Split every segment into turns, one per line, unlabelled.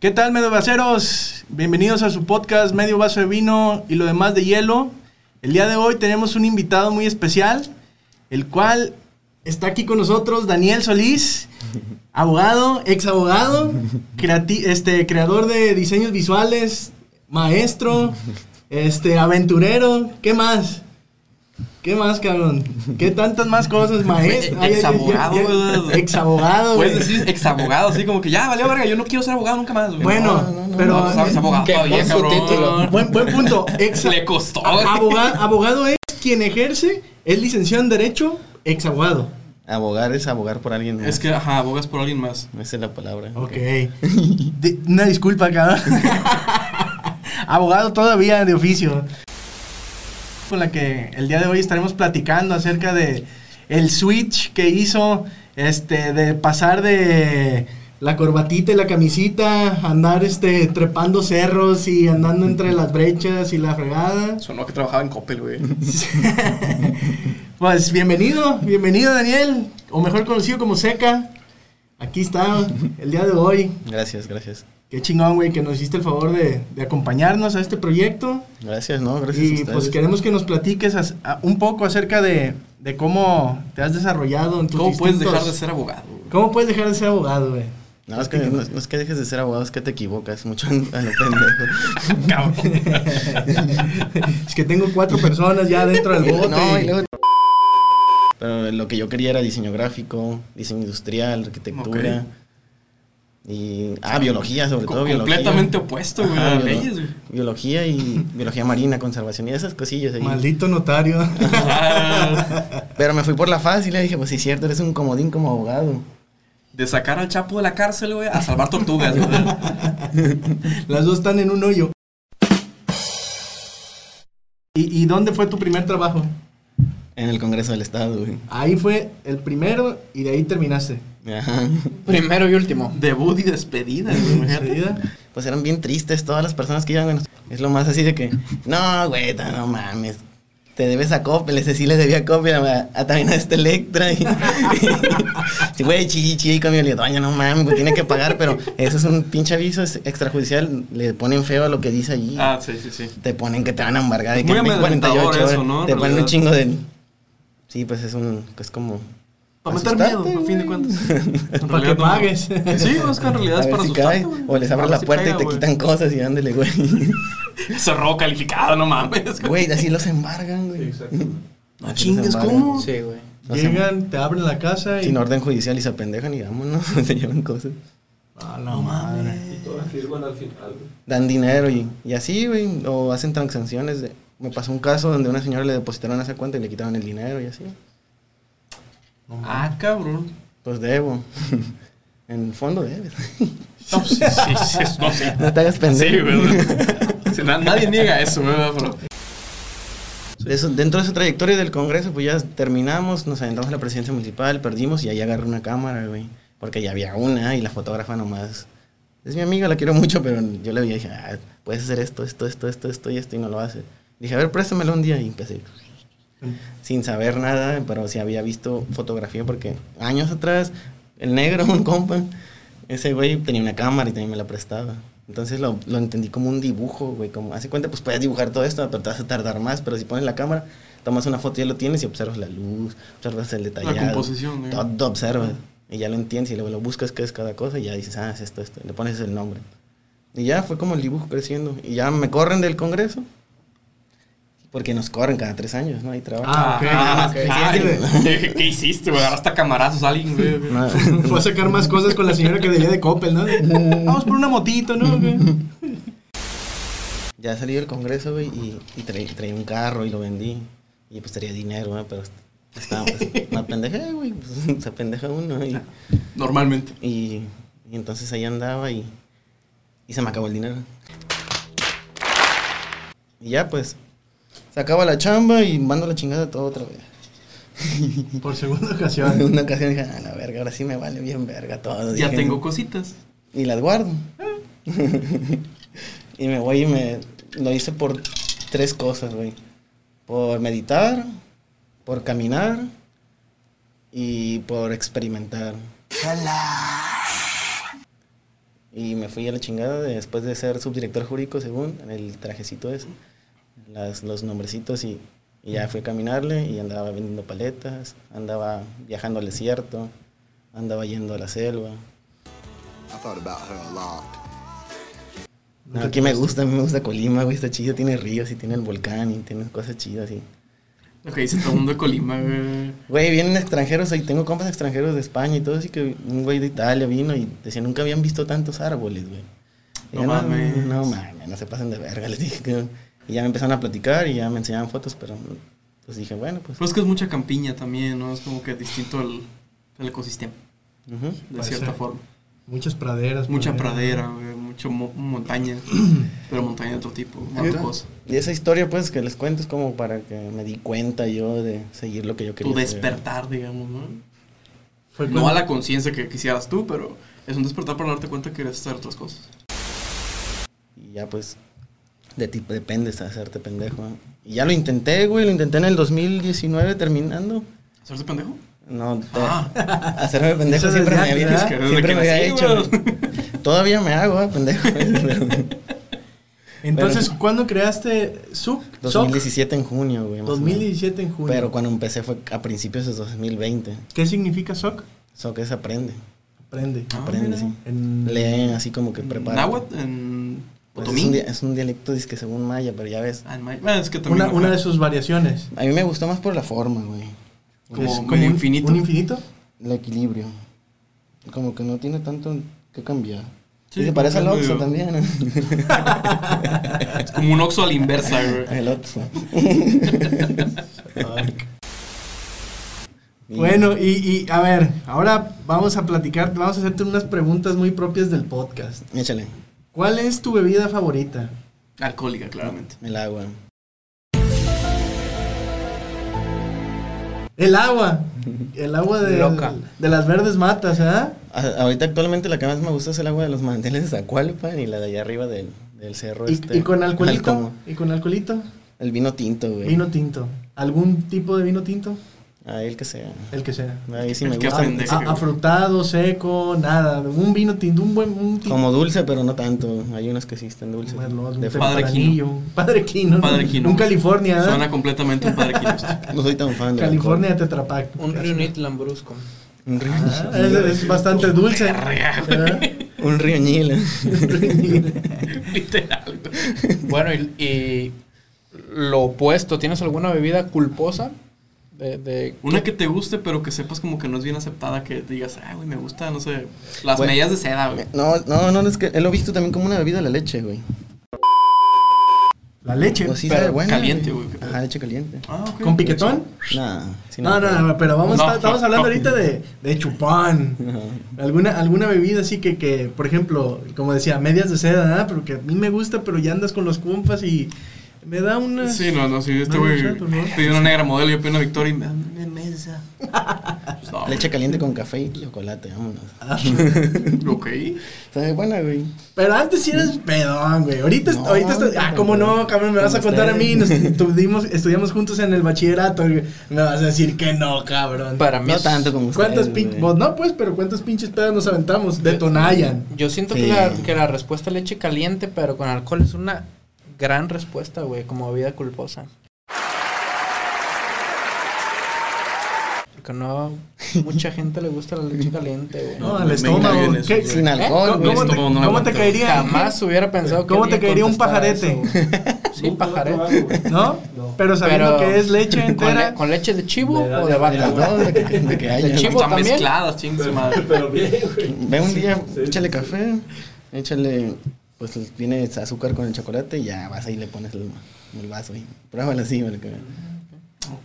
¿Qué tal, medio vaceros? Bienvenidos a su podcast Medio Vaso de Vino y lo demás de hielo. El día de hoy tenemos un invitado muy especial, el cual está aquí con nosotros, Daniel Solís, abogado, ex abogado, creati- este, creador de diseños visuales, maestro, este, aventurero, ¿qué más? ¿Qué más, cabrón? ¿Qué tantas más cosas, maestro? Ay, ay, ay,
Exabogado,
ay, ay,
güey.
Exabogado, güey.
Puedes decir ex abogado, así como que ya, valió verga, yo no quiero ser abogado nunca más, güey.
Bueno, pero...
no, sabes abogado
Que
todavía,
pon su
cabrón.
título.
Buen, buen punto. Ex-
Le costó,
a-
güey.
Abogado, abogado es quien ejerce, es licenciado en Derecho, ex abogado.
Abogar es abogar por alguien. más.
Es que, ajá, abogas por alguien más.
Esa es la palabra.
Ok. Di- una disculpa, cabrón. abogado todavía de oficio. Con la que el día de hoy estaremos platicando acerca de el switch que hizo este de pasar de la corbatita y la camisita, andar este trepando cerros y andando entre las brechas y la fregada.
Sonó que trabajaba en Coppel, güey.
Pues bienvenido, bienvenido Daniel, o mejor conocido como Seca. Aquí está el día de hoy.
Gracias, gracias.
Qué chingón, güey, que nos hiciste el favor de, de acompañarnos a este proyecto.
Gracias, ¿no? Gracias a
Y
ustedes.
pues queremos que nos platiques as- a- un poco acerca de, de cómo te has desarrollado en tus
¿Cómo puedes
distintos-
dejar de ser abogado? güey?
¿Cómo puedes dejar de ser abogado, güey?
No, es que, no, no es que dejes de ser abogado, es que te equivocas mucho a lo pendejo.
es que tengo cuatro personas ya dentro del bote.
no, y luego... Pero lo que yo quería era diseño gráfico, diseño industrial, arquitectura. Y... Ah, biología, sobre
Co-
todo biología. Ah,
completamente opuesto, güey, a
Ajá,
las
biolo-
leyes, güey.
Biología y biología marina, conservación y esas cosillas ahí.
Maldito notario.
Ah,
Pero me fui por la fácil y le dije, pues sí, cierto, eres un comodín como abogado.
De sacar al chapo de la cárcel, güey, a salvar tortugas, güey.
Las dos están en un hoyo. ¿Y, y dónde fue tu primer trabajo?
En el Congreso del Estado, güey.
Ahí fue el primero y de ahí terminaste.
Ajá.
Primero y último. Debut y despedida, güey, imagínate.
Despedida.
Pues eran bien tristes todas las personas que iban con nosotros. Es lo más así de que, no, güey, no, no mames. Te debes a Coppel, ese sí le debía a Coppel, a, a- también a este Electra. Y, Sí, güey, chichi, chichi, con mi doña, no mames, güey, tiene que pagar, pero eso es un pinche aviso es extrajudicial. Le ponen feo a lo que dice allí.
Ah, sí, sí, sí.
Te ponen que te van a embargar y
Muy
que en
amedrentador eso, ¿no? En
Te ponen
realidad.
un chingo de. Sí, pues es un. Es como.
Para meter
asustarte,
miedo, a fin de cuentas.
Para
En
que
realidad no.
pagues.
Sí, es que en realidad
a
es
ver
para
si
asustarte,
cae,
güey.
o les
A
abres
ver
la
si
puerta
pega,
y te
güey.
quitan cosas y ándele, güey.
Cerró calificado, no mames.
Güey, así los embargan, güey.
No
Así los
chingues,
embargan.
¿cómo?
Sí.
güey.
O sea,
Llegan, te abren la casa y.
em- Sin orden judicial y se apendejan y vámonos, se llevan cosas.
Ah, la madre.
Dan dinero y, y así, güey. O hacen transacciones. de- me pasó un caso donde a una señora le depositaron esa cuenta y le quitaron el dinero y así.
Ah, cabrón.
Pues debo. en el fondo debes.
No, sí, sí, sí, es- no, sí.
no te hagas pendejo.
Sí, güey. Sí, na- nadie niega eso, güey, pero...
De eso- dentro de esa trayectoria del Congreso, pues ya terminamos, nos aventamos a la presidencia municipal, perdimos y ahí agarré una cámara, güey. Porque ya había una y la fotógrafa nomás. Es mi amiga, la quiero mucho, pero yo le vi y dije, "Ah, puedes hacer esto, esto, esto, esto, esto y esto, y no lo hace. Dije, a ver, préstamelo un día y empecé. Sin saber nada, pero sí había visto fotografía porque años atrás, el negro, un compa, ese güey tenía una cámara y también me la prestaba. Entonces lo, lo entendí como un dibujo, güey. Como, hace cuenta, pues puedes dibujar todo esto, pero te vas a tardar más. Pero si pones la cámara, tomas una foto y ya lo tienes y observas la luz, observas el detallado.
composición, eh. ¿no?
Todo observas. Y ya lo entiendes y luego lo buscas qué es cada cosa y ya dices, ah, es esto, esto. Y le pones el nombre. Y ya fue como el dibujo creciendo. Y ya me corren del Congreso. Porque nos corren cada tres años, ¿no? Hay trabajo.
Ah, ok,
Ah,
ok.
ay,
Sí, sí,
¿Qué qué hiciste, güey? Agarraste a camarazos a alguien, güey. güey.
No,
Fue a sacar más cosas con la señora que debía de Coppel, ¿no?
Mm.
Vamos por una motito, ¿no?
ya salí del Congreso, güey, y, y traí, traí un carro y lo vendí. Y pues traía dinero, güey, pero estaba pues, una pendeja, güey. Pues, se pendeja uno. Y,
Normalmente.
y- y entonces ahí andaba y, y se me acabó el dinero. Y ya, pues, se acaba la chamba y mando la chingada todo otra vez.
Por segunda
En
ocasión.
una ocasión dije, ah, la verga, ahora sí me vale bien verga todo.
Ya
Dije,
tengo cositas.
Y las guardo. Y me voy y me lo hice por tres cosas, güey. Por meditar, por caminar y por experimentar. Y me fui a la chingada de- después de ser subdirector jurídico, según en el trajecito ese, las- los nombrecitos y, y ya fui a caminarle y andaba vendiendo paletas, andaba viajando al desierto, andaba yendo a la selva.
I thought about her a lot.
No, aquí me gusta, a mí me gusta Colima, güey, está chido, tiene ríos y tiene el volcán y tiene cosas chidas y...
Lo que dice todo el mundo de Colima, güey.
Güey, vienen extranjeros, ahí tengo compas extranjeros de España y todo, así que un güey de Italia vino y decía, nunca habían visto tantos árboles, güey. Y
No
yo,
mames.
No mames, no se pasen de verga, les dije. que- Y ya me empezaron a platicar y ya me enseñaban fotos, pero pues dije, bueno, pues...
Pero es que es mucha campiña también, ¿no? Es como que distinto al, al ecosistema,
ujú.
de
Puede
cierta
ser.
forma.
Muchas praderas.
Mucha pradera, güey, mucho mo- montaña, pero montaña de otro tipo, otra cosa.
Y esa historia, pues, que les cuento es como para que me di cuenta yo de seguir lo que yo quería.
Tu
hacer.
despertar, digamos, ¿no?
Fue
No
cuando-
a la conciencia que quisieras tú, pero es un despertar para darte cuenta que quieres hacer otras cosas.
Y ya pues, de ti depende de hacerte pendejo. ¿eh? Y ya lo intenté, güey, lo intenté en el 2019 terminando.
¿Hacerte pendejo?
No, te-
Ah,
hacerme pendejo
Eso
siempre me
desde
había,
antes,
que desde
siempre me
que
había
nací,
hecho.
güey.
güey. Todavía me hago, ¿eh, pendejo.
Entonces,
Pero-
¿cuándo creaste SUC?
2017 en junio, güey. más o menos.
2017 en junio.
Pero cuando empecé fue a principios de 2020.
¿Qué significa SOC?
Eso que es aprende,
Aprende.
Ah,
aprende,
mira.
sí.
En-
Lee así como que prepara.
¿Náhuatl? ¿En
Pues es,
Otomí?
un, di- es un dialecto que según maya, pero ya ves.
Ah, en Maya. Bueno, es que también
una,
acá,
una de sus variaciones.
A mí me gustó más por la forma, güey.
Como,
Es
como
un-
infinito.
¿Un infinito?
El equilibrio. Como que no tiene tanto que cambiar.
Sí,
y se parece al
como
Oxxo
medio-
también.
Es como un oxo eh, a la inversa, güey.
el Oxxo. Y-
Bueno, y, y, a ver, ahora vamos a platicar, vamos a hacerte unas preguntas muy propias del podcast.
Échale.
¿Cuál es tu bebida favorita?
Alcohólica, claramente.
El agua.
El agua. El agua de,
Loca.
de las verdes matas, ¿ah?
A- ahorita actualmente la que más me gusta es el agua de los manteles de Zacualpan y la de allá arriba del, del cerro.
Y,
este,
y con alcoholito.
Jalcomo.
Y con alcoholito.
El vino tinto, güey.
Vino tinto. ¿Algún tipo de vino tinto?
Ahí el que sea.
El que sea.
Ahí sí
El
me
que
gusta.
A-
pendejo,
a-
güey.
afrutado, seco, nada. Un vino tinto, un buen un tinto.
Como dulce, pero no tanto. Hay unos que sí están dulces.
Bueno, un
De
Tempranillo,
Padre Quino.
un Padre Quino. ¿no?
Padre Quino.
Un California, ¿ah?
Suena completamente un padre quinosto.
No soy tan fan de
California de Tetra Pak.
Un Rionit Lambrusco.
Un río,
Ah, es, es bastante dulce. ¿verdad?
un río Ñil.
Literal, güey.
Bueno, y, y lo opuesto, ¿tienes alguna bebida culposa? De, de-
Una que te guste, pero que sepas como que no es bien aceptada, que digas, ah, güey, me gusta, no sé, las
Bueno.
medias de seda, güey.
Eh, No, no, no, es que lo he visto también como una bebida la leche, güey.
La leche.
No, Pues sí
pero
sabe buena,
caliente, güey, qué pedo.
Ajá, leche caliente.
Ah, ok.
¿Con piquetón?
Nah, sí,
No, no, no, pero vamos,
No.
a- estamos hablando ahorita de, de chupón.
Ajá.
¿Alguna, alguna bebida así que, que, por ejemplo, como decía, medias de seda, ¿verdad? pero que a mí me gusta, pero ya andas con los compas y me da una...
Sí, no, no, sí, este
No,
güey
no, por favor.
pidió una negra modelo, yo pido una victoria y me dan una mesa. Pues, no,
Leche caliente con café y chocolate, vámonos.
güey. Ok.
Sabe buena, güey.
Pero antes sí eras pedón, güey. Ahorita,
No,
ahorita estás. Ah,
no,
cómo
güey.
no, cabrón, me vas a
Como
contar a mí. Nos
ustedes.
estuvimos, estudiamos juntos en el bachillerato. güey. Me vas a decir que no, cabrón.
para mí
No
es-
tanto como ustedes.
¿Cuántas
güey.
pinches.? No, pues, pero ¿cuántas pinches pedas nos aventamos? De Tonayan.
Yo siento
Sí.
que, la, que la respuesta leche caliente, pero con alcohol es una gran respuesta, güey, como bebida culposa. Porque no mucha gente le gusta la leche caliente, güey.
No,
No,
al
me
estómago.
encargué en eso,
¿Qué?
güey.
Sin alcohol,
¿Cómo,
güey.
cómo te,
Estómago no
cómo te
aguanto.
caería?
Jamás hubiera pensado que
¿Cómo te
alguien
caería un
contestara
pajarete?
eso, güey. sí, pajarete.
¿No? Pero sabiendo
Pero-
que es leche
¿Con,
entera.
le- con leche de chivo
Me da
o de
de-
De
vaca?
las
güey?
dos, de que, de que haya.
De chivo.
Están
también.
mezcladas, chingue su madre.
Pero bien, güey.
Ve un día, échale café, échale, pues tiene azúcar con el chocolate y ya vas ahí y le pones el, el vaso y pruébalo así, güey. que-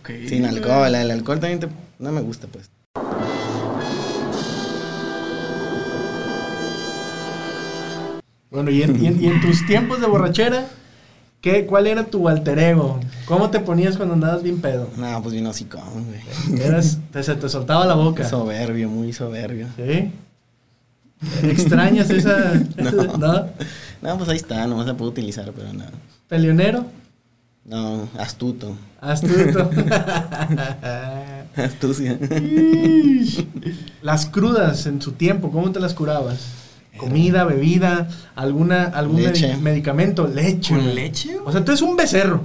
Ok.
Sin alcohol, el alcohol también te, no me gusta, pues.
Bueno, y en, y en- y en tus tiempos de borrachera, ¿qué, ¿cuál era tu alter ego? ¿Cómo te ponías cuando andabas bien pedo?
No, pues vino así como, güey.
Eras, te, se te soltaba la boca.
Soberbio, muy soberbio.
¿Sí? ¿Extrañas esa?
No.
¿No?
No, pues ahí está, nomás la puedo utilizar, pero nada.
¿Peleonero?
No, astuto.
Astuto.
Astucia.
las crudas en su tiempo, ¿cómo te las curabas? Comida, bebida, alguna, algún medi-
Leche.
medicamento, leche.
¿Con
güey.
leche?
O sea, tú eres un becerro.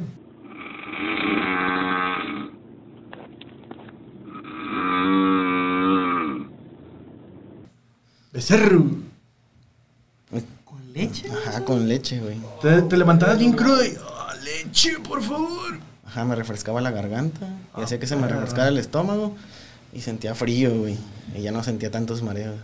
Becerro.
¿Con leche?
Ajá, con leche, güey.
Te, te levantabas bien crudo y. "Ah, leche, por favor!
Ajá, me refrescaba la garganta y hacía que se me refrescara el estómago y sentía frío, güey. Y ya no sentía tantos mareos.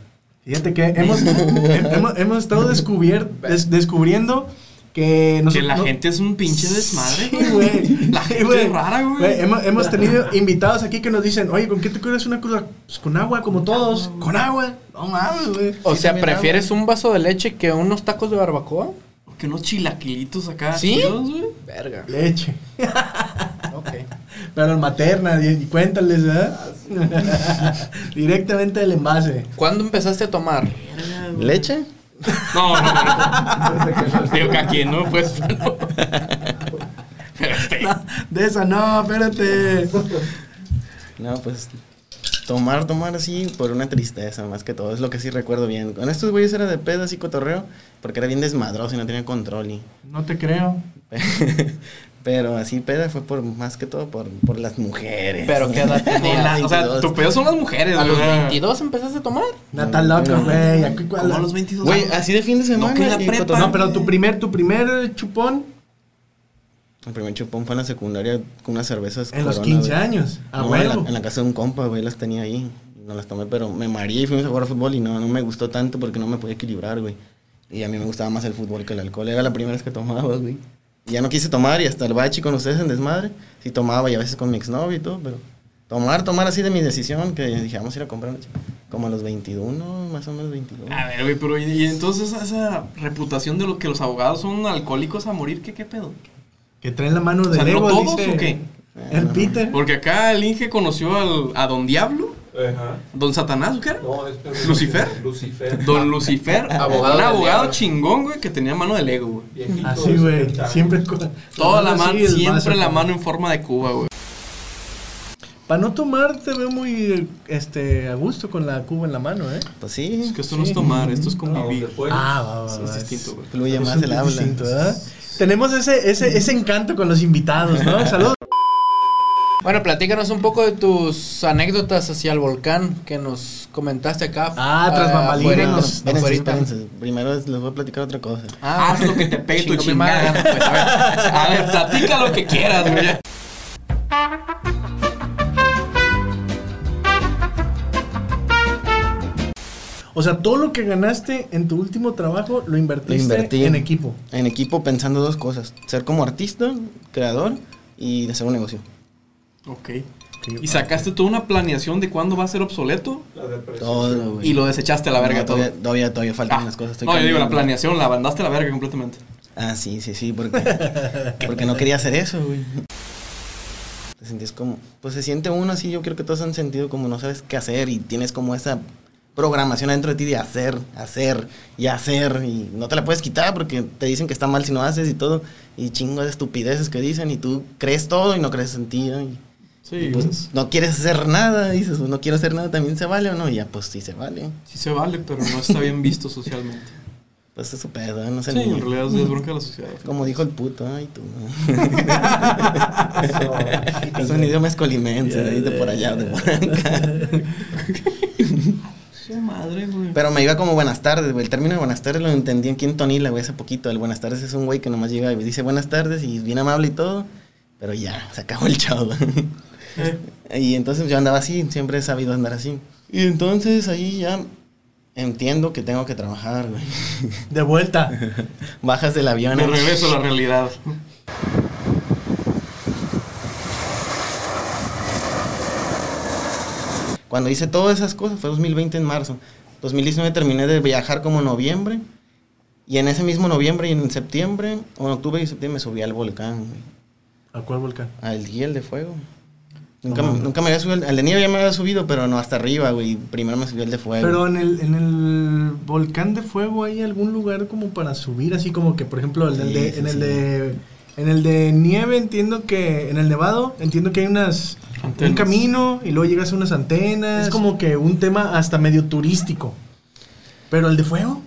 Fíjate que hemos, he- hemos, hemos estado descubier- des- descubriendo que, nos-
Que la
no-
gente es un pinche desmadre.
Sí, güey.
La
Sí,
gente es rara, güey.
Hemos, hemos tenido invitados aquí que nos dicen, oye, ¿con qué te curas una cruda? Pues con agua, como todos.
Ah,
Con agua. No mames, güey.
O
Sí,
sea,
también
¿prefieres un vaso de leche que unos tacos de barbacoa?
Que unos chilaquilitos acá.
¿Sí?
chidos, güey.
Verga.
Leche.
Ok.
Pero en materna, y, y cuéntales, ¿verdad? Directamente del envase.
¿Cuándo empezaste a tomar?
¿Leche?
No, no, no. Digo que aquí, ¿no? Pues. no. Pero este,
De esa no, espérate.
No, pues tomar, tomar así por una tristeza, más que todo. Es lo que sí recuerdo bien. Con estos güeyes era de pedo así cotorreo, porque era bien desmadroso y no tenía control. Y...
No te creo.
Pero así peda fue por más que todo por, por las mujeres.
Pero qué edad
no,
tenías.
la- o sea,
22.
tu pedo son las mujeres,
¿A los
güey.
22 empezaste a tomar?
Natal loca,
No.
güey. aquí cuál-
Como a los 22
Güey, ah.
años.
así de fin de semana.
que la
y
prepa.
cotorreo.
No, pero tu primer, tu primer chupón
El primer chupón fue en la secundaria con unas cervezas.
en los
Corona,
15
güey.
años. A
No, en, la,
Ah, huevo.
en la casa de un compa, güey, las tenía ahí. No las tomé, pero me mareé y fuimos a jugar fútbol y no, no me gustó tanto porque no me podía equilibrar, güey. Y a mí me gustaba más el fútbol que el alcohol. Era la primera vez que tomaba, güey. Y Ya no quise tomar y hasta el bachi con ustedes en desmadre. Sí tomaba y a veces con mi exnovio y todo, pero tomar, tomar así de mi decisión que dije, vamos a ir a comprar una ch-". Como a los 21, más o menos 22.
A
Ah,
ver, güey, pero y, y entonces esa- esa reputación de lo que los abogados son alcohólicos a morir, ¿qué, qué pedo?
Que traen la mano
O
de
sea, ¿no
Lego,
todos
dice
o qué?
El
Ah.
Peter.
Porque acá el Inge conoció al, a Don Diablo,
Ajá.
Don Satanás, ¿o qué era?
No, es pero-
¿Lucifer?
Lucifer.
Don Lucifer,
Abogado
un
del
abogado
diablo.
chingón, güey, que tenía mano de Lego, güey.
Viejito,
Así, güey.
70.
Siempre con-
Toda la
así,
mano,
el vaso
siempre la
acá.
mano en forma de Cuba, güey.
Para no tomar, te veo muy este, a gusto con la cuba en la mano, ¿eh? Ah,
Pues sí, Ah,
Es que esto no es tomar, esto es
A donde
convivir. Ah,
fue.
va,
Es distinto, güey.
fluye
Es
más
un
el habla.
distinto, ¿verdad? Tenemos ese, ese, ese encanto con los invitados, ¿no? Saludos.
Bueno, platícanos un poco de tus anécdotas hacia el volcán que nos comentaste acá.
Ah, tras
ah,
bambalinas.
afuera,
Bueno, espérense,
afuerita.
espérense. Primero les voy a platicar otra cosa.
Ah,
Haz lo que te pegue tu
chingo mi madre.
chingada. pues, a, ver, a ver, platica lo que quieras, güey.
O sea, todo lo que ganaste en tu último trabajo lo invertiste
Lo invertí.
en equipo.
En equipo pensando dos cosas. Ser como artista, creador y de hacer un negocio.
Ok. Y sacaste toda una planeación de cuándo va a ser obsoleto
La depresión.
Todo, güey.
Pues y lo desechaste a la verga
No,
todo.
Todavía, todavía, todavía faltan
Ah,
unas cosas. estoy
no, yo digo la
cambiando.
planeación, la mandaste a la verga completamente.
Ah, sí, sí, sí, porque, porque no quería hacer eso, güey. Te sentías como, pues se siente uno así, yo creo que todos han sentido como no sabes qué hacer y tienes como esa programación adentro de ti de hacer, hacer y hacer y no te la puedes quitar porque te dicen que está mal si no haces y todo y chingo de estupideces que dicen y tú crees todo y no crees en ti ¿no? y
Sí,
pues, no quieres hacer nada, dices, pues, no quiero hacer nada, también se vale o no, y ya pues sí se vale.
sí se vale, pero no está bien visto socialmente.
Pues es su pedo, no sé
Sí, en
ni-
realidad es bronca de la sociedad.
Como dijo el puto, ay tú. es un idioma escolimense, ahí de por allá, de por acá.
Su madre, güey.
Pero me iba como buenas tardes, güey. El término de buenas tardes lo entendí aquí en Tonila, güey, hace poquito. El buenas tardes es un güey que nomás llega y dice buenas tardes y es bien amable y todo. Pero ya, se acabó el show.
Eh.
y entonces yo andaba así, siempre he sabido andar así. Y entonces ahí ya entiendo que tengo que trabajar, güey.
De vuelta.
Bajas del avión.
Me
eh.
regreso a la realidad.
Cuando hice todas esas cosas fue 2020 en marzo. 2019 terminé de viajar como noviembre. Y en ese mismo noviembre y en septiembre, o en octubre y septiembre, me subí al volcán, güey,
¿A cuál volcán?
Al hiel de fuego. Nunca, me- nunca me había subido, al al de nieve ya me había subido, pero no hasta arriba, güey. Primero me subió el de fuego.
Pero en el, en el volcán de fuego hay algún lugar como para subir, así como que, por ejemplo, el del
Sí,
de-
sí,
en el
sí.
de en el de nieve entiendo que en el nevado entiendo que hay unas un
Antenas.
camino y luego llegas a unas antenas. Es como que un tema hasta medio turístico. Pero el de fuego.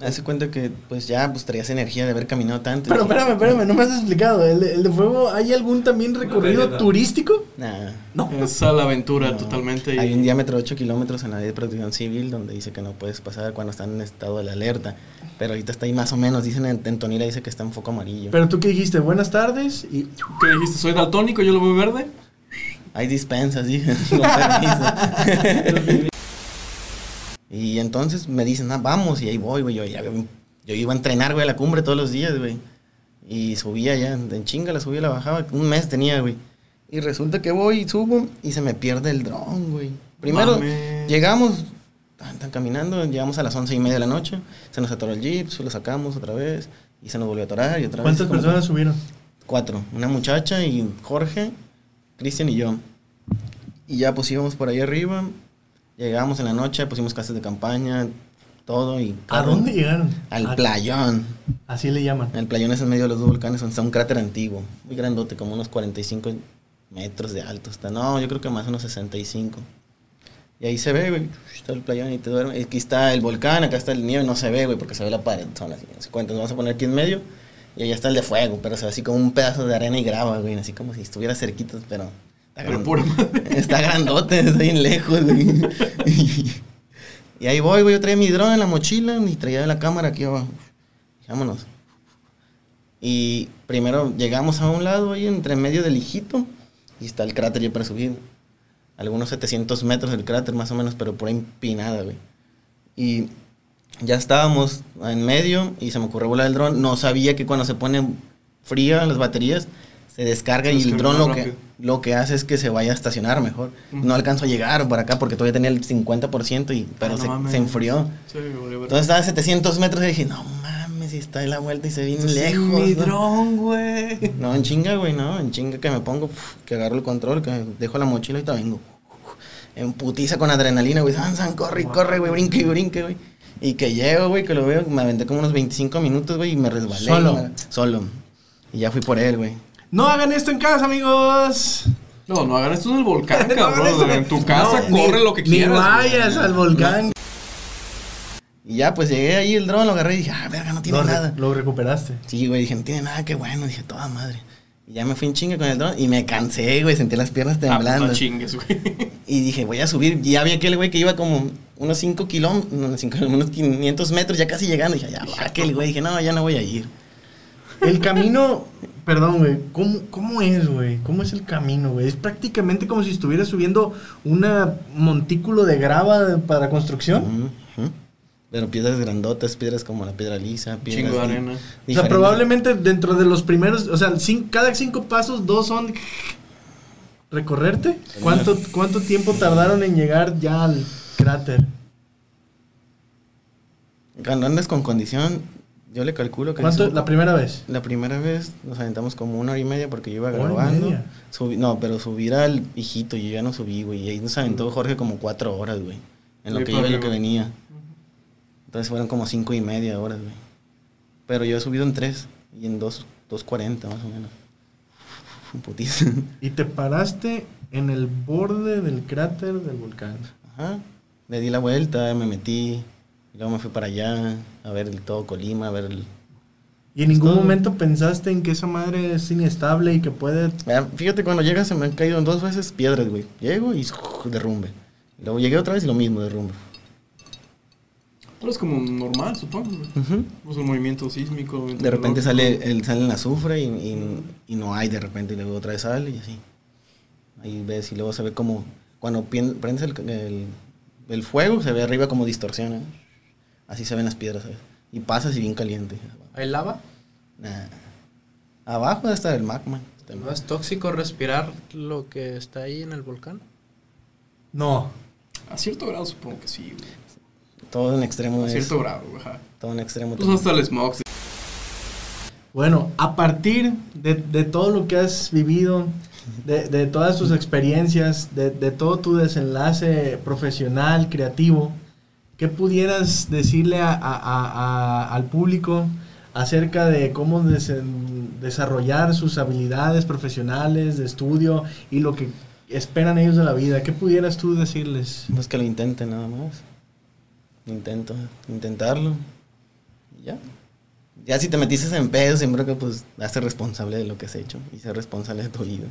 Hace cuenta que, pues ya, pues traías energía de haber caminado tanto.
Pero espérame, espérame, no me has explicado. ¿El de, el de fuego hay algún también recorrido
vereda.
turístico?
Nah.
No.
Es a la aventura
No.
totalmente. y-
Hay un diámetro de 8 kilómetros en la ley de protección civil donde dice que no puedes pasar cuando están en estado de alerta. Pero ahorita está ahí más o menos. Dicen en, en Tonila dice que está en foco amarillo.
Pero tú qué dijiste, buenas tardes y
¿Qué dijiste? Soy daltónico, yo lo veo verde.
Hay dispensas, dije. con permiso. y entonces me dicen, ah, vamos, y ahí voy, güey. Yo, ya- yo iba a entrenar, güey, a la cumbre todos los días, güey. Y subía ya, en chinga la subía, la bajaba. Un mes tenía, güey. Y resulta que voy y subo y se me pierde el dron, güey. Primero,
Mames.
llegamos, tan, tan, caminando, llegamos a las once y media de la noche. Se nos atoró el jeep, lo sacamos otra vez. Y se nos volvió a atorar y otra
¿cuántas
vez. como-
personas subieron?
cuatro, una muchacha y Jorge, Cristian y yo. Y ya pues íbamos por ahí arriba, llegábamos en la noche, pusimos casas de campaña, todo y...
¿A dónde Ah. llegaron?
Al
A-
playón.
Así le llaman.
El playón es en medio de los dos volcanes, donde está un cráter antiguo, muy grandote, como unos 45 metros de alto está. No, yo creo que más unos 65. Y ahí se ve, güey, está el playón y te duerme. Aquí está el volcán, acá está el nieve, no se ve, güey, porque se ve la pared, son las no sé cuántas. Vamos a poner aquí en medio y allá está el de fuego, pero se ve así como un pedazo de arena y grava, güey, así como si estuviera cerquita, pero... Está,
Pero
gran-
pura madre.
está grandote, está bien lejos, güey. Y ahí voy, güey, yo traía mi dron en la mochila y traía la cámara aquí abajo. Vámonos. Y primero llegamos a un lado ahí entre medio del hijito y está el cráter ya para subir. Algunos 700 metros del cráter más o menos, pero pura empinada, güey. Y ya estábamos en medio y se me ocurrió volar el dron. No sabía que cuando se ponen fría las baterías se descarga
Se
y el
descarga
dron
más
lo que,
rápido.
lo que hace es que se vaya a estacionar mejor.
Ujú.
No alcanzó a llegar por acá porque todavía tenía el 50% y, pero
Ah, no
se-
mames.
se enfrió.
Sí, me volvió verde.
Entonces estaba a 700 metros y dije, no mames, y está de la vuelta y se viene lejos.
Mi
¿no?".
dron, güey.
No, en chinga, güey, no, en chinga que me pongo, pf, que agarro el control, que dejo la mochila y te vengo. En putiza con adrenalina, güey, san, san, corre, y corre, güey, brinque y brinque, güey. Y que llego, güey, que lo veo, me aventé como unos 25 minutos, güey, y me resbalé.
Solo.
y me- solo. Y ya fui por él, güey.
No hagan esto en casa, amigos.
No, no hagan esto en el volcán,
No hagan
cabrón.
esto
en tu casa
No,
corre
ni-
lo que
Ni
quieras. güey. Ah,
vayas al volcán.
Y ya, pues llegué ahí, el dron lo agarré y dije, ah, verga, no tiene
lo, re-
nada.
lo recuperaste.
Sí, güey, dije, no tiene nada, qué bueno. Dije, toda madre. Y ya me fui en chinga con el dron y me cansé, güey, sentí las piernas
Ah, pues,
temblando.
no chingues, güey.
y dije, voy a subir. Y ya vi aquel güey que iba como unos 5 kilómetros, unos 500 metros, ya casi llegando. Dije, ya, va aquel güey. Dije, no, ya no voy a ir.
El camino, perdón, güey. ¿cómo, ¿Cómo es, güey? ¿Cómo es el camino, güey? Es prácticamente como si estuvieras subiendo una montículo de grava para construcción.
Ujú. Pero piedras grandotas, piedras como la piedra lisa, piedras.
Chingo de
di-
arena. O sea,
O sea,
diferentes.
probablemente dentro de los primeros, o sea, cin- cada cinco pasos, dos son recorrerte. ¿Cuánto, ¿Cuánto tiempo tardaron en llegar ya al cráter?
Cuando andas con condición, yo le calculo que.
¿Cuánto,
subo-
la primera vez?
La primera vez nos aventamos como una hora y media porque yo iba
Hora y
grabando.
media.
Subí- no, pero subir al hijito, yo ya no subí, güey. Y ahí nos aventó
Mm.
Jorge como cuatro horas, güey. En lo
Sí,
que iba y lo
porque-
que venía. Entonces fueron como cinco y media horas, güey. Pero yo he subido en tres y en dos, dos cuarenta más o menos. Un putiz.
Y te paraste en el borde del cráter del volcán.
Ajá. Le di la vuelta, me metí. Y luego me fui para allá a ver el todo Colima, a ver el...
Y en ningún
Todo.
momento pensaste en que esa madre es inestable y que puede...
Ah, Fíjate, cuando llegas se me han caído dos veces piedras, güey. Llego y derrumbe. Luego llegué otra vez y lo mismo, derrumbe.
Pero es como normal, supongo. güey. Pues un movimiento sísmico. movimiento
De repente
geológico.
sale el, sale el azufre y, y- y no hay de repente. Y luego otra vez sale y así. Ahí ves y luego se ve como... Cuando pien- prendes el, el- el fuego se ve arriba como distorsiona. Así se ven las piedras, ¿sabes? Y pasas y bien caliente.
¿Hay lava?
Nah. Abajo está el magma. Está el
¿No
Ah,
magma.
es tóxico respirar lo que está ahí en el volcán?
No.
A cierto grado supongo que sí, güey.
Todo en extremo
A
es...
Pues,
cierto grado, güey. ajá.
Todo en extremo.
Pues hasta el smog. sí.
Bueno, a partir de, de todo lo que has vivido, de, de todas tus experiencias, de, de todo tu desenlace profesional, creativo, ¿qué pudieras decirle a- a- a- a- al público acerca de cómo desen- desarrollar sus habilidades profesionales, de estudio y lo que esperan ellos de la vida? ¿Qué pudieras tú decirles?
Pues que lo intenten nada más. Intento, intentarlo. Y ya. Ya si te metiste en pedos, siempre que pues hazte responsable de lo que has hecho y ser responsable de tu vida.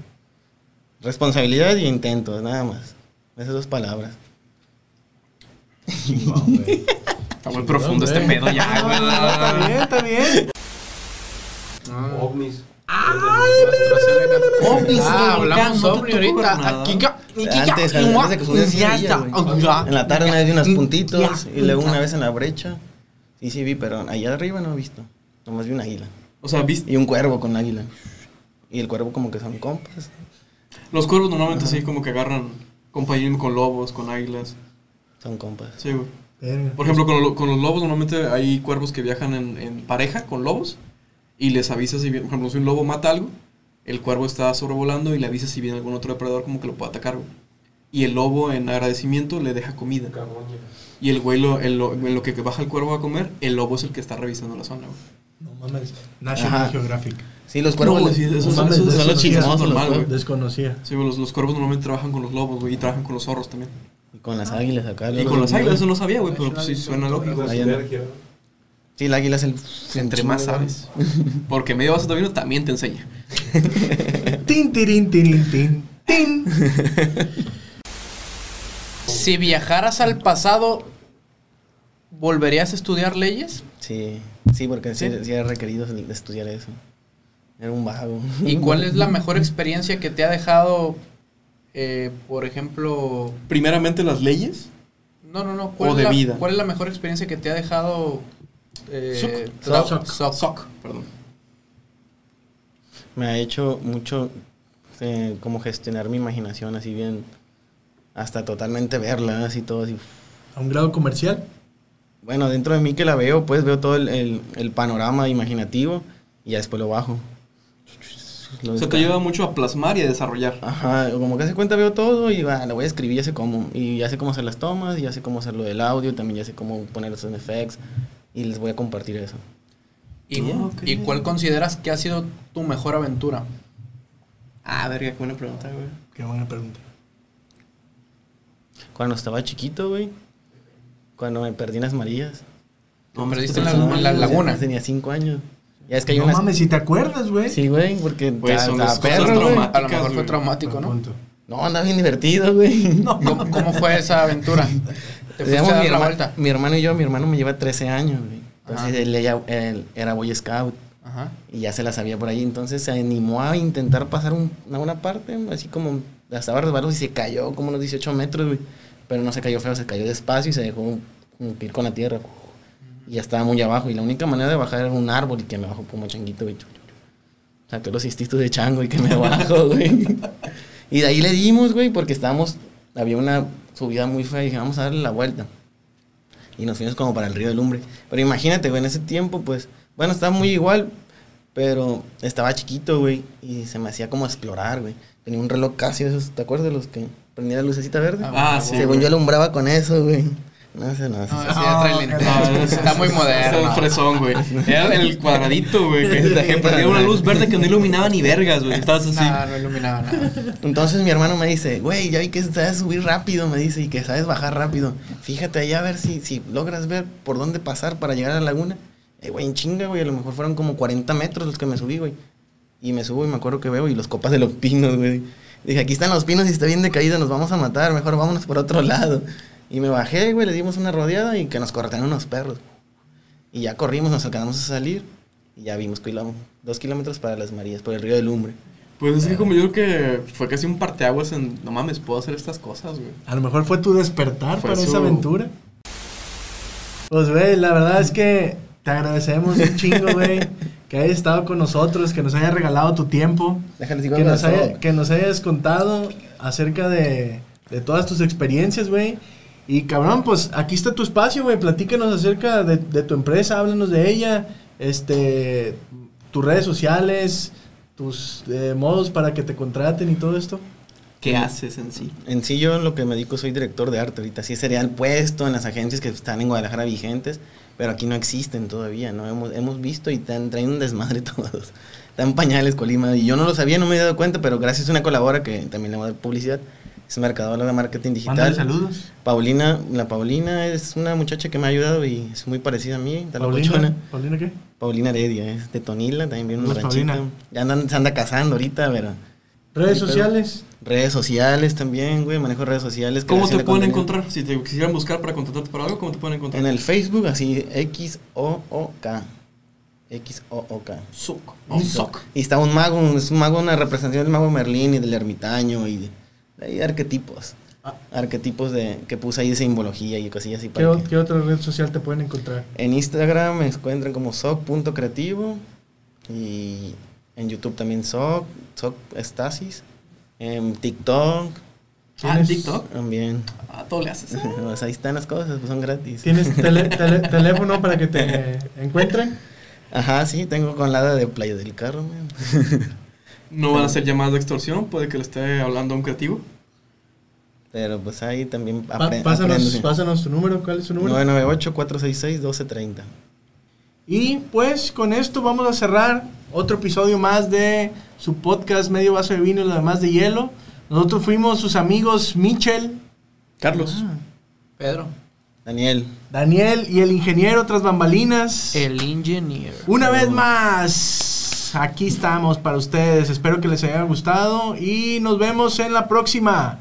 Responsabilidad y intento, nada más. Esas dos palabras.
Está muy profundo este pedo ya,
No, no, no, está bien,
güey.
está bien.
Oh,
ovnis.
Ovnis,
Ah, hablamos
hablamos
ovni
ahorita.
ahorita.
Aquí ya. y ya,
Antes,
y
antes
ya,
de que subiera
y ya
ese
está.
día, güey.
Oh, ya.
En la tarde me di unos puntitos
Ya.
y luego una vez en la brecha. Sí, sí vi, pero allá arriba no he visto. Nomás vi un águila.
O sea, ¿viste?
Y un cuervo con águila. Y el cuervo como que son compas.
Los cuervos normalmente así como que agarran compañismo con lobos, con águilas.
Son compas.
Sí, güey.
Verga.
Por ejemplo, con, lo- con los lobos normalmente hay cuervos que viajan en, en pareja con lobos y les avisa si viene, por ejemplo, si un lobo mata algo, el cuervo está sobrevolando y le avisa si viene algún otro depredador como que lo puede atacar, güey. Y el lobo en agradecimiento le deja comida. Y el güey, lo, el lo- en lo que baja el cuervo a comer, el lobo es el que está revisando la zona, güey.
No mames. National
Ajá.
Geographic.
Sí, los cuervos.
No,
les-
sí, esos
No
son-
mames,
esos
son los
desconocía.
chismosos, los
normal, güey.
Desconocía.
Sí, güey, los, los cuervos normalmente trabajan con los lobos, güey, y trabajan con los zorros también.
Y con las águilas acá.
Y
los-
con las águilas, eso no sabía, güey, pero
National
pues, sí suena lógico.
La
Ahí anda.
sinergia.
Sí, el águila es el...
Entre más sabes. Porque medio vaso de vino también te enseña.
Tin, tirin, tirin, tin. Tin.
Si viajaras al pasado, ¿volverías a estudiar leyes?
Sí, sí, porque sí, sí era requerido el- estudiar eso. Era un vago.
¿Y cuál es la mejor experiencia que te ha dejado, eh, por ejemplo...
Primeramente las leyes.
No, no, no. ¿Cuál,
O
es
de
la,
vida.
¿Cuál es la mejor experiencia que te ha dejado... Eh,
Soc.
tra-
Soc.
soc?
Soc, perdón.
Me ha hecho mucho eh, como gestionar mi imaginación así bien... Hasta totalmente verla, así todo así...
A un grado comercial.
Bueno, dentro de mí que la veo, pues veo todo el, el- el panorama imaginativo y ya después lo bajo. Lo
O sea, te
desca-
ayuda mucho a plasmar y a desarrollar.
Ajá, como que hace cuenta veo todo y va, lo voy a escribir, ya sé cómo. Y ya sé cómo hacer las tomas, ya sé cómo hacer lo del audio, también ya sé cómo poner los sound effects y les voy a compartir eso.
¿Y,
Ah, ok.
¿Y cuál consideras que ha sido tu mejor aventura?
Ah, verga, qué buena pregunta, güey.
Qué buena pregunta.
Cuando estaba chiquito, güey, cuando me perdí en las Marías.
No, perdiste en
Pues,
la,
no,
en la
ya
laguna.
Tenía cinco años. Ya es que hay
no
unas...
mames, si te acuerdas, güey.
Sí, güey, porque
Pues,
estaba-
son
estaba
las cosas
perro, güey.
traumáticas.
A lo mejor fue
güey.
traumático, ¿no?
Punto.
No, andaba bien divertido, güey.
¿Cómo, cómo fue esa aventura? Te fuiste
Digamos,
a dar
mi,
la
herma-
vuelta.
mi hermano y yo, mi hermano me lleva 13 años, güey. Entonces
Ajá.
él, ya- él era Boy Scout
Ajá.
y ya se la sabía por ahí. Entonces se animó a intentar pasar un- a una parte, así como estaba resbalos y se cayó como unos 18 metros, güey. Pero no se cayó feo, se cayó despacio y se dejó como que ir con la tierra. Y ya estaba muy abajo. Y la única manera de bajar era un árbol y que me bajó como changuito, güey. Saqué los instintos de chango y que me bajo, güey. Y de ahí le dimos, güey, porque estábamos. Había una subida muy fea y dije, vamos a darle la vuelta. Y nos fuimos como para el río de lumbre. Pero imagínate, güey, en ese tiempo, pues. Bueno, estaba muy igual, pero estaba chiquito, güey. Y se me hacía como explorar, güey. Tenía un reloj Casio, esos, ¿te acuerdas de los que prendía la lucecita verde?
Ah, sí.
Según
güey.
yo alumbraba con eso, güey. No sé, no sé.
No, ese ya trae lentejas.
No, ese-
Está muy
ese- ese Es un
moderno.
fresón, güey. Era el cuadradito, güey. Que, que prendía una luz verde que no iluminaba ni vergas, güey. Estabas así.
No, no iluminaba nada.
Entonces mi hermano me dice, güey, ya vi que sabes subir rápido, me dice, y que sabes bajar rápido. Fíjate allá a ver si, si logras ver por dónde pasar para llegar a la laguna. Eh, güey, en chinga, güey, a lo mejor fueron como 40 metros los que me subí, güey. Y me subo y me acuerdo que veo y los copas de los pinos, güey. Dije, aquí están los pinos y está bien decaído, nos vamos a matar, mejor vámonos por otro lado. Y me bajé, güey, le dimos una rodeada y que nos cortaron unos perros. Y ya corrimos, nos alcanzamos a salir y ya vimos kilómetros, dos kilómetros para las Marías, por el río de Lumbre.
Pues es que como yo creo que fue casi un parteaguas en. No mames, puedo hacer estas cosas, güey.
A lo mejor fue tu despertar
Fue
para
su-
esa aventura. Pues, güey, la verdad es que te agradecemos un chingo, güey, que hayas estado con nosotros, que nos hayas regalado tu tiempo,
Déjales digo
que
algo de
nos, haya-
Soc.
que nos hayas contado acerca de, de todas tus experiencias, güey. Y cabrón, pues aquí está tu espacio, güey. Platícanos acerca de, de tu empresa, háblanos de ella, este, tus redes sociales, tus eh, modos para que te contraten y todo esto?
¿Qué haces en sí?
En sí yo en lo que me dedico soy director de arte ahorita. Sí sería el puesto en las agencias que están en Guadalajara vigentes, pero aquí no existen todavía, ¿no? Hemos, hemos visto y tan, traen un desmadre todos. Están pañales Colima y yo no lo sabía, no me había dado cuenta, pero gracias a una colabora que también le voy a dar publicidad, es mercadora de marketing digital.
Mándale saludos.
Paulina, la Paulina es una muchacha que me ha ayudado y es muy parecida a mí, está locochona.
¿Paulina? ¿Paulina qué?
Paulina Heredia, es de Tonila, también viene una
Saludos,
ranchita.
Paulina.
Ya andan, se anda casando ahorita, pero...
¿Redes
Sí, pero-
sociales?
Redes sociales también, güey, manejo redes sociales.
¿Cómo te
creación de
pueden
contenido.
encontrar? Si te quisieran buscar para contratarte para algo, ¿cómo te pueden encontrar?
En el Facebook, así, X-O-O-K. X-O-O-K.
SOC. Un SOC.
Y está un mago, un- es un mago, una representación del mago Merlín y del ermitaño y de, hay arquetipos.
Ah.
Arquetipos de que puse ahí de simbología y cosillas así
¿Qué,
para
o-
que-
qué otra red social te pueden encontrar?
En Instagram me encuentran como soc.creativo y en YouTube también soc, soc estasis. En TikTok
Ah, en
¿Tienes-
TikTok.
también.
Ah, todo le haces.
Pues ahí están las cosas, pues son gratis.
¿Tienes tele- tele- teléfono para que te encuentren?
Ajá, sí, tengo con la de Playa del Carro, man.
No van a hacer llamadas de extorsión, puede que le esté hablando a un creativo.
Pero pues ahí también
Pa-
apre-
pásanos,
aprendes.
pásanos tu número. ¿Cuál es tu número?
998-466-1230.
Y pues con esto vamos a cerrar otro episodio más de su podcast Medio Vaso de Vino y lo demás de hielo. Nosotros fuimos sus amigos Michel,
Carlos.
Pedro.
Daniel,
Daniel y el ingeniero tras bambalinas.
El ingeniero.
Una vez más, aquí estamos para ustedes. Espero que les haya gustado y nos vemos en la próxima.